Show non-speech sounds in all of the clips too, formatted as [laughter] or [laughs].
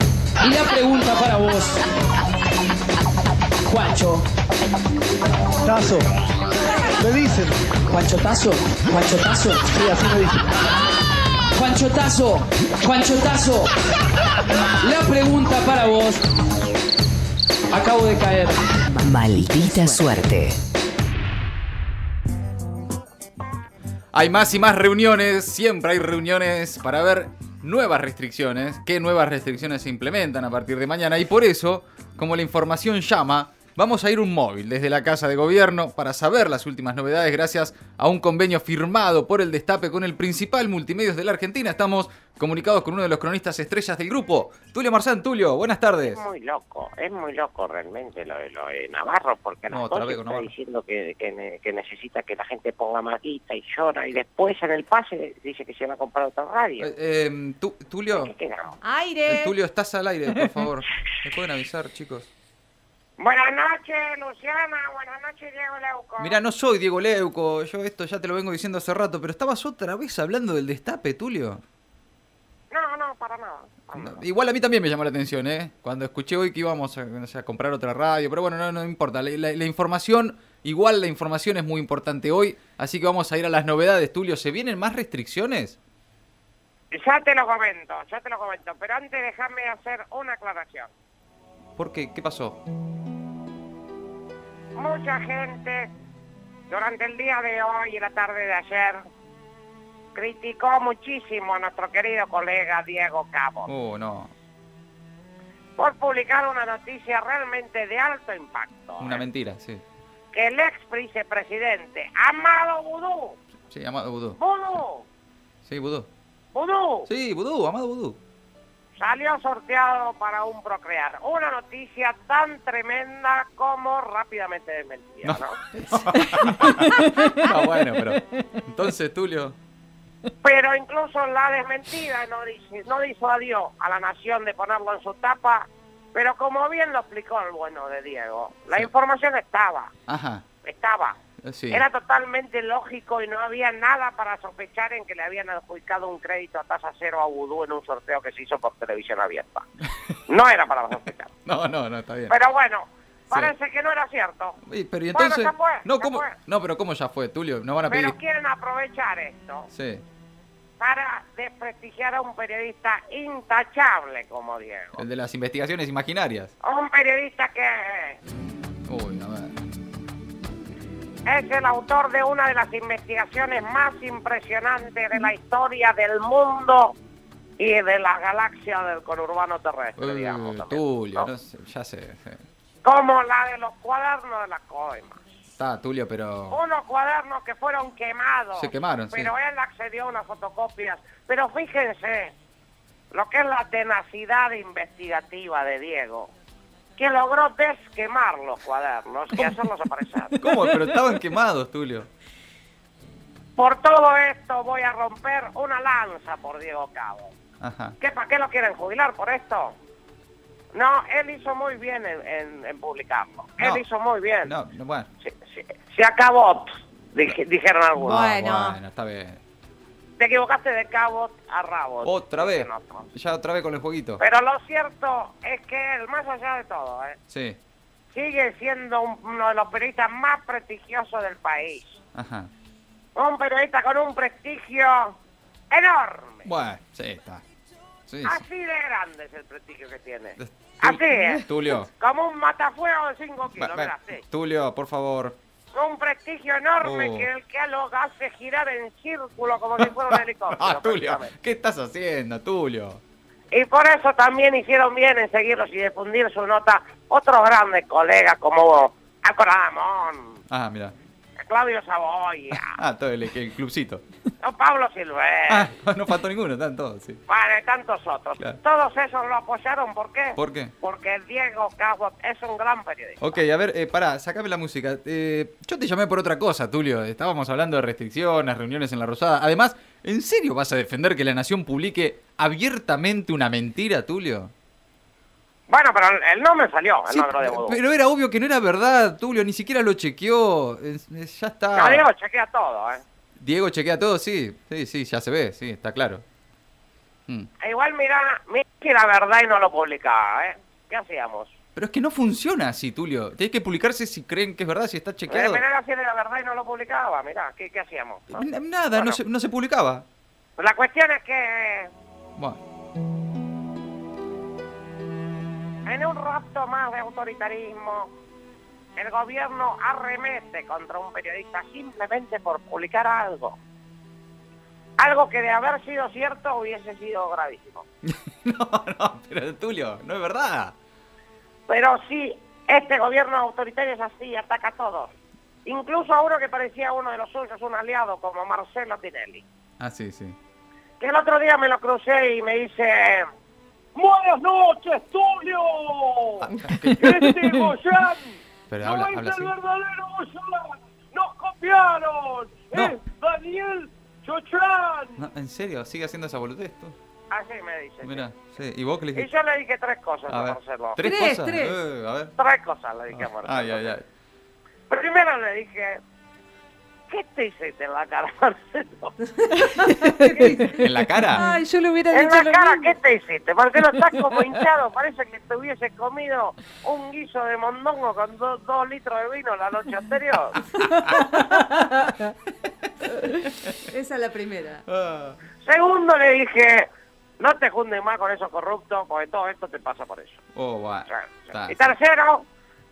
Y la pregunta para vos, Juancho, Tazo. Me dicen. Juanchotazo, Juanchotazo, Sí, así me dicen. Juanchotazo, Juanchotazo. La pregunta para vos. Acabo de caer. Maldita suerte. Hay más y más reuniones, siempre hay reuniones para ver nuevas restricciones, qué nuevas restricciones se implementan a partir de mañana y por eso, como la información llama, vamos a ir un móvil desde la Casa de Gobierno para saber las últimas novedades gracias a un convenio firmado por el Destape con el principal multimedios de la Argentina. Estamos comunicados con uno de los cronistas estrellas del grupo, Tulio Marzán. Tulio, buenas tardes. Es muy loco, es muy loco realmente lo de, lo de Navarro, porque No, la otra vez gente con está Navarro. diciendo que, que ne- que necesita que la gente ponga más guita y llora, y después en el pase dice que se va a comprar otra radio. Eh, eh, Tu- Tulio, ¿Qué quedamos? eh, Aire. Tulio, estás al aire, por favor. ¿Me pueden avisar, chicos? Buenas noches, Luciana, buenas noches, Diego Leuco. Mirá, no soy Diego Leuco, yo esto ya te lo vengo diciendo hace rato, pero estabas otra vez hablando del destape, Tulio. No, no, para nada. para No, nada. igual a mí también me llamó la atención, ¿eh? Cuando escuché hoy que íbamos a, no sé, a comprar otra radio, pero bueno, no, no importa. La, la- la información, igual la información es muy importante hoy, así que vamos a ir a las novedades, Tulio. ¿Se vienen más restricciones? Ya te lo comento, ya te lo comento, pero antes déjame hacer una aclaración. ¿Por qué? ¿Qué pasó? Mucha gente durante el día de hoy y la tarde de ayer criticó muchísimo a nuestro querido colega Diego Cabo. Oh, no. Oh. por publicar una noticia realmente de alto impacto. Una ¿eh? mentira, sí. Que el ex vicepresidente, Amado Vudú, Sí, Amado Vudú. Vudú, Sí, Vudú. Vudú, Sí, Vudú, Amado Vudú. [laughs] salió sorteado para un procrear. Una noticia tan tremenda como rápidamente desmentida, No. ¿no? No, Ah, bueno, pero... Entonces, Tulio... Pero incluso la desmentida no, dice, no disuadió a la nación de ponerlo en su tapa, pero como bien lo explicó el bueno de Diego, la información estaba, Ajá, estaba. eh, sí. Era totalmente lógico y no había nada para sospechar en que le habían adjudicado un crédito a tasa cero a Vudú en un sorteo que se hizo por televisión abierta. [laughs] No era para sospechar. No, no, no, está bien. Pero bueno, Sí. parece que no era cierto. Y- Pero y Bueno, entonces. ya fue, no, ya ¿cómo? fue. no, pero ¿cómo ya fue, Tulio? No van a pedir. Pero quieren aprovechar esto Sí. para desprestigiar a un periodista intachable como Diego. El de las investigaciones imaginarias. Un periodista que Uy, a ver. es el autor de una de las investigaciones más impresionantes de la historia del mundo y de la galaxia del conurbano terrestre, Uy, digamos. también, Eh, Tulio, ¿no? no sé, ya sé. sí. Como la de los cuadernos de las coimas. Está, Tulio, pero. Unos cuadernos que fueron quemados. Oh. Se quemaron, sí. Pero él accedió a unas fotocopias. Pero fíjense lo que es la tenacidad investigativa de Diego, que logró desquemar los cuadernos y hacerlos aparecer. ¿Cómo? Pero estaban quemados, Tulio. Por todo esto voy a romper una lanza por Diego Cabo. Ajá. ¿Qué, ¿Para qué lo quieren jubilar por esto? No, él hizo muy bien en, en- en publicarlo. No. Él hizo muy bien. No, no, bueno. Se, se- se acabó, dij- dijeron algunos. Ah, Bueno. bueno, está bien. Te equivocaste de cabo a rabo. Otra vez. dicen otros. Ya otra vez con el jueguito. Pero lo cierto es que él, más allá de todo, ¿eh? Sí. sigue siendo un- uno de los periodistas más prestigiosos del país. Ajá. Un periodista con un prestigio enorme. Bueno, sí, está. Sí, sí. Así de grande es el prestigio que tiene. Tu- Así, ¿eh? Tulio. Como un matafuego de 5 Va- kilos, va- mirá, sí. Tulio, por favor. Un prestigio enorme Oh. que el que lo hace girar en círculo como si fuera un [laughs] helicóptero. Ah, Tulio, prácticamente. ¿qué estás haciendo, Tulio? Y por eso también hicieron bien en seguirlos y difundir su nota otros grandes colegas como Acoramón, Ah, mira. Claudio [laughs] Saboya, Ah, todo el, el clubcito. o Pablo Silver, Ah, no faltó ninguno, están todos, sí. bueno, y tantos otros. Claro. Todos esos lo apoyaron, ¿por qué? ¿Por qué? Porque Diego Cabot es un gran periodista. Ok, a ver, eh, pará, sacame la música. Eh, yo te llamé por otra cosa, Tulio. Estábamos hablando de restricciones, reuniones en la Rosada. Además, ¿en serio vas a defender que la Nación publique abiertamente una mentira, Tulio? Bueno, pero el- el nombre salió, el Sí, nombre de Vudú. pero era obvio que no era verdad, Tulio. Ni siquiera lo chequeó. Es- es- ya está. No, Diego chequea todo, ¿eh? Diego chequea todo, sí. Sí, sí, ya se ve, sí, está claro. Mm. E Igual mirá, mirá que la verdad y no lo publicaba, ¿eh? ¿Qué hacíamos? Pero es que no funciona así, Tulio. Tiene que publicarse si creen que es verdad, si está Mirá, chequeado. mirá la serie la verdad y no lo publicaba, mirá, ¿qué, qué hacíamos? no? N- Nada, Ah. Bueno, no, se, no se publicaba. La cuestión es que Bueno, [laughs] en un rapto más de autoritarismo, el gobierno arremete contra un periodista simplemente por publicar algo. Algo que de haber sido cierto hubiese sido gravísimo. no, no, pero Tulio, no es verdad. Pero sí, este gobierno autoritario es así, ataca a todos. Incluso a uno que parecía uno de los suyos, un aliado como Marcelo Tinelli. Ah, sí, sí. Que el otro día me lo crucé y me dice, buenas noches, Tulio. [laughs] Este Goyán, Ah, Pero no habla- es habla así. el verdadero Goyán, nos copiaron, No. es Daniel Chochán. No, en serio, sigue haciendo esa boludez tú. Así me dice. Mira, sí. ¿Y vos qué le Y dijiste? yo le dije tres cosas A a ver, Marcelo. ¿Tres, Tres, cosas? tres. Eh, a ver. Tres cosas le dije a Marcelo. Ay, ay, ay. Primero le dije, ¿qué te hiciste en la cara, [laughs] [laughs] Marcelo? en ¿En la cara? Ay, yo le hubiera dicho la lo cara, mismo. ¿qué te hiciste? Porque no [laughs] estás como hinchado, parece que te hubiese comido un guiso de mondongo con do- dos litros de vino la noche anterior. [laughs] Esa es la primera. Ah. Segundo le dije, no te juntes más con esos corruptos, porque todo esto te pasa por eso. Oh, O sea, bueno. Y Está. tercero,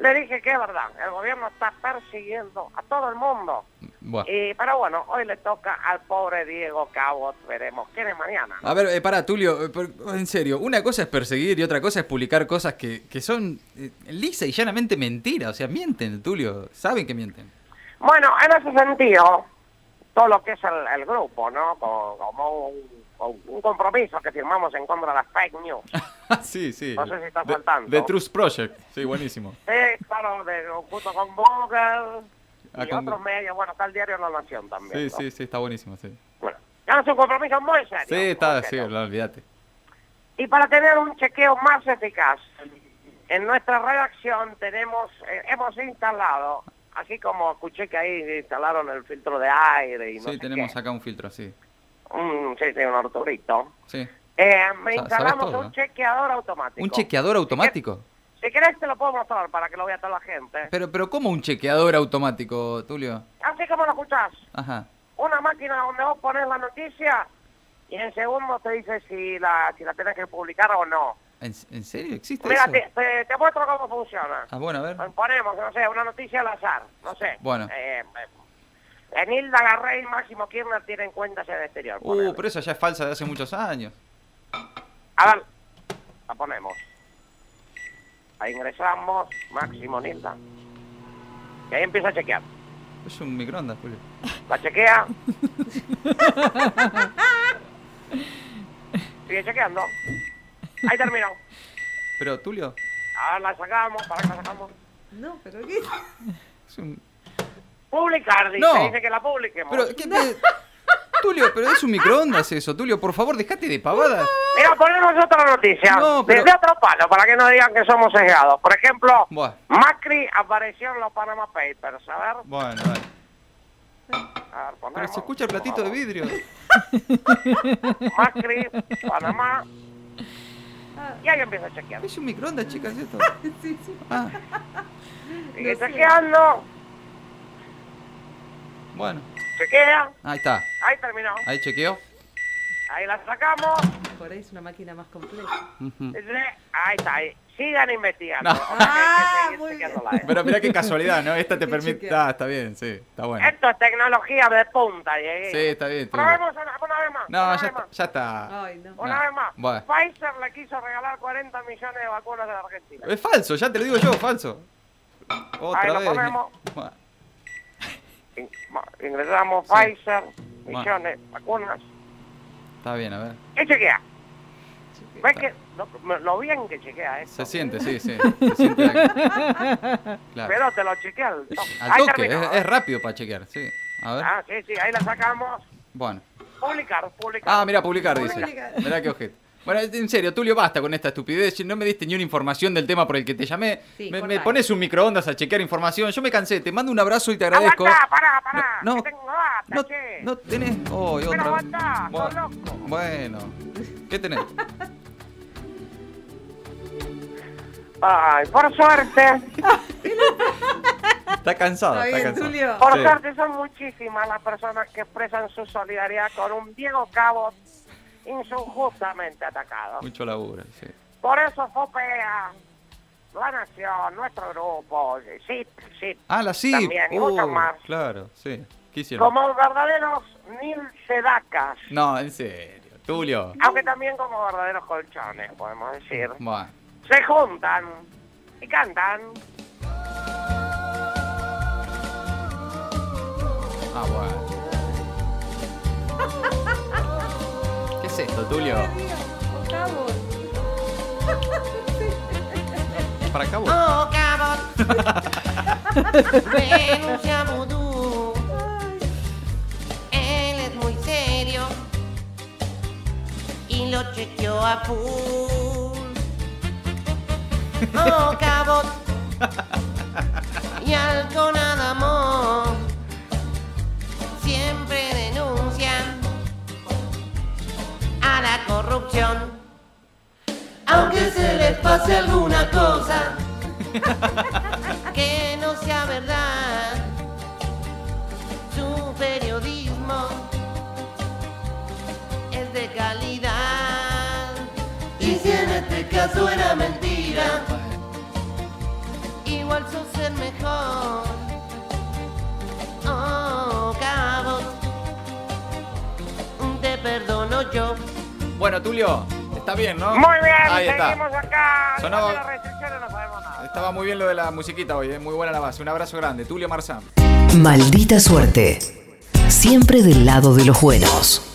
le dije que es verdad, el gobierno está persiguiendo a todo el mundo. Bueno. Y, pero bueno, hoy le toca al pobre Diego Cabot, veremos quién es mañana. A ver, eh, pará, Tulio, eh, por- en serio, una cosa es perseguir y otra cosa es publicar cosas que, que son eh, lisa y llanamente mentira. O sea, mienten, Tulio, saben que mienten. [laughs] Bueno, en ese sentido, todo lo que es el, el grupo, ¿no? Co- Como, un, con un compromiso que firmamos en contra de las fake [laughs] news. sí, sí. No sé si está The- faltando. The Truth Project, sí, buenísimo. Eh, claro, de, junto con Google Ah, y con- otros medios. Bueno, está el diario La Nación Sí, también. ¿no? sí, sí, está buenísimo, sí. Bueno, ya es un compromiso muy serio. Sí, muy está, sí, serio. no, olvídate. Y para tener un chequeo más eficaz, en nuestra redacción tenemos, eh, hemos instalado, así como escuché que ahí instalaron el filtro de aire y no Sí, sé tenemos qué. acá un filtro, sí. Un, sí, tiene un orturito. Sí. Eh, Sa- me sabes instalamos todo, un ¿no? chequeador automático. ¿Un chequeador automático? Si querés te lo puedo mostrar para que lo vea toda la gente. Pero, pero ¿cómo un chequeador automático, Tulio? Así como lo escuchás, Ajá. una máquina donde vos pones la noticia y en segundos te dice si la, si la tenés que publicar o no. ¿En, en serio existe Mira, eso? te, te- te muestro cómo funciona. Ah, bueno, a ver. Ponemos, no sé, una noticia al azar, no sé. Bueno. Eh, eh, en Hilda Garrey y Máximo Kirchner tienen cuentas en el exterior. ponele. Uh, pero esa ya es falsa de hace muchos años. A ver, la ponemos. Ahí ingresamos, máximo Nilda. Y ahí empieza a chequear. Es un microondas, Julio. La [laughs] chequea. Sigue chequeando. Ahí terminó. Pero, Tulio, Ahora la sacamos, para que la sacamos. No, pero ¿qué? es un... Publicar, dice, No. dice que la publiquemos. Pero, ¿qué te- Tulio, pero es un microondas eso, Tulio. Por favor, dejate de pavadas. Mira, ponemos otra noticia. No, pero- Desde otro palo, para que no digan que somos sesgados. Por ejemplo, Buah. Macri apareció en los Panama Papers. A ver, Bueno, vale. a ver, ponemos. Pero se escucha el platito de vidrio. Macri, Panamá. Y ahí empieza a chequear. Es un microondas, chicas, [laughs] esto. Sí, sí. Ah, Sigue chequeando, bueno. chequea, Ahí está. ahí terminó. Ahí chequeo. Ahí la sacamos, Por ahí es una máquina más compleja. Ujú. le- ahí está, ahí. sigan investigando. Mm. No. O sea, que hay que Ah, seguir muy chequeándola, eh. Pero mirá qué casualidad, ¿no? Esta te Qué permite... chequeada. Ah, está bien, sí. Está bueno. Esto es tecnología de punta, Dieguito. Sí, está bien. Tulio. Eh, Probemos una, una vez más. No, una ya vez está. más. Ya está. Ay, no. Una no. vez más. Bueno. Pfizer le quiso regalar 40 millones de vacunas a la Argentina. Es falso, ya te lo digo yo, falso. Ahí Otra lo vez. ponemos. Bueno, In- ma- ingresamos Eh. Sí. Pfizer, millones, vacunas. Está bien, a ver. Y chequea. ¿Ves está. que lo, lo bien que chequea esto? Se siente, sí, sí. Se siente la... [laughs] Claro. Pero te lo chequea al toque. Al Ahí toque, terminó. es, ¿eh? es rápido para chequear, sí. A ver. Ah, sí, sí, ahí la sacamos. Bueno. Publicar, publicar. Ah, mira, publicar, dice. Publicar. Mirá qué ojete. Bueno, en serio, Tulio, basta con esta estupidez. No me diste ni una información del tema por el que te llamé. Sí, me, me cortala. pones un microondas a chequear información. Yo me cansé. Te mando un abrazo y te agradezco. Aguanta, pará, pará. No, que tengo data, no, che. no tenés. Oh, y Pero otra vez. aguantá, sos Bueno, loco. bueno. ¿Qué tenés? Ah. Ay, por suerte, Está cansado, está Está bien, cansado. Tulio. por Ah, Sí. suerte son muchísimas las personas que expresan su solidaridad con un Diego Cabo injustamente atacado. Mucho laburo, sí. Por eso FOPEA, La Nación, nuestro grupo, sí, sí, Ah, la sí. Oh, También, y muchos más. Claro, sí. ¿Qué hicieron? como verdaderos Nil Sedacas, No, en serio. Tulio. aunque también como verdaderos colchones, podemos decir. Bueno. se juntan y cantan. Ah, bueno. ¿Qué es esto, Tulio? Octavo. Para acá, vos. Ah. Oh, cabot. Ven un chamudú. Él es muy serio. Y lo chequeó a full. Oh, cabot. Y al con Adamo. Siempre denuncian a la corrupción. Aunque se les pase alguna cosa [laughs] que no sea verdad. Su periodismo es de calidad. Y si en este caso era mentira, igual sos el mejor. Oh, cabot, te perdono yo. Bueno, Tulio, está bien, ¿no? Muy bien, Ahí seguimos está. acá. Sonaba- Sonaba... Las restricciones no sabemos nada. Estaba muy bien lo de la musiquita hoy, ¿eh? muy buena la base. Un abrazo grande, Tulio Marzán. Maldita suerte. Siempre del lado de los buenos.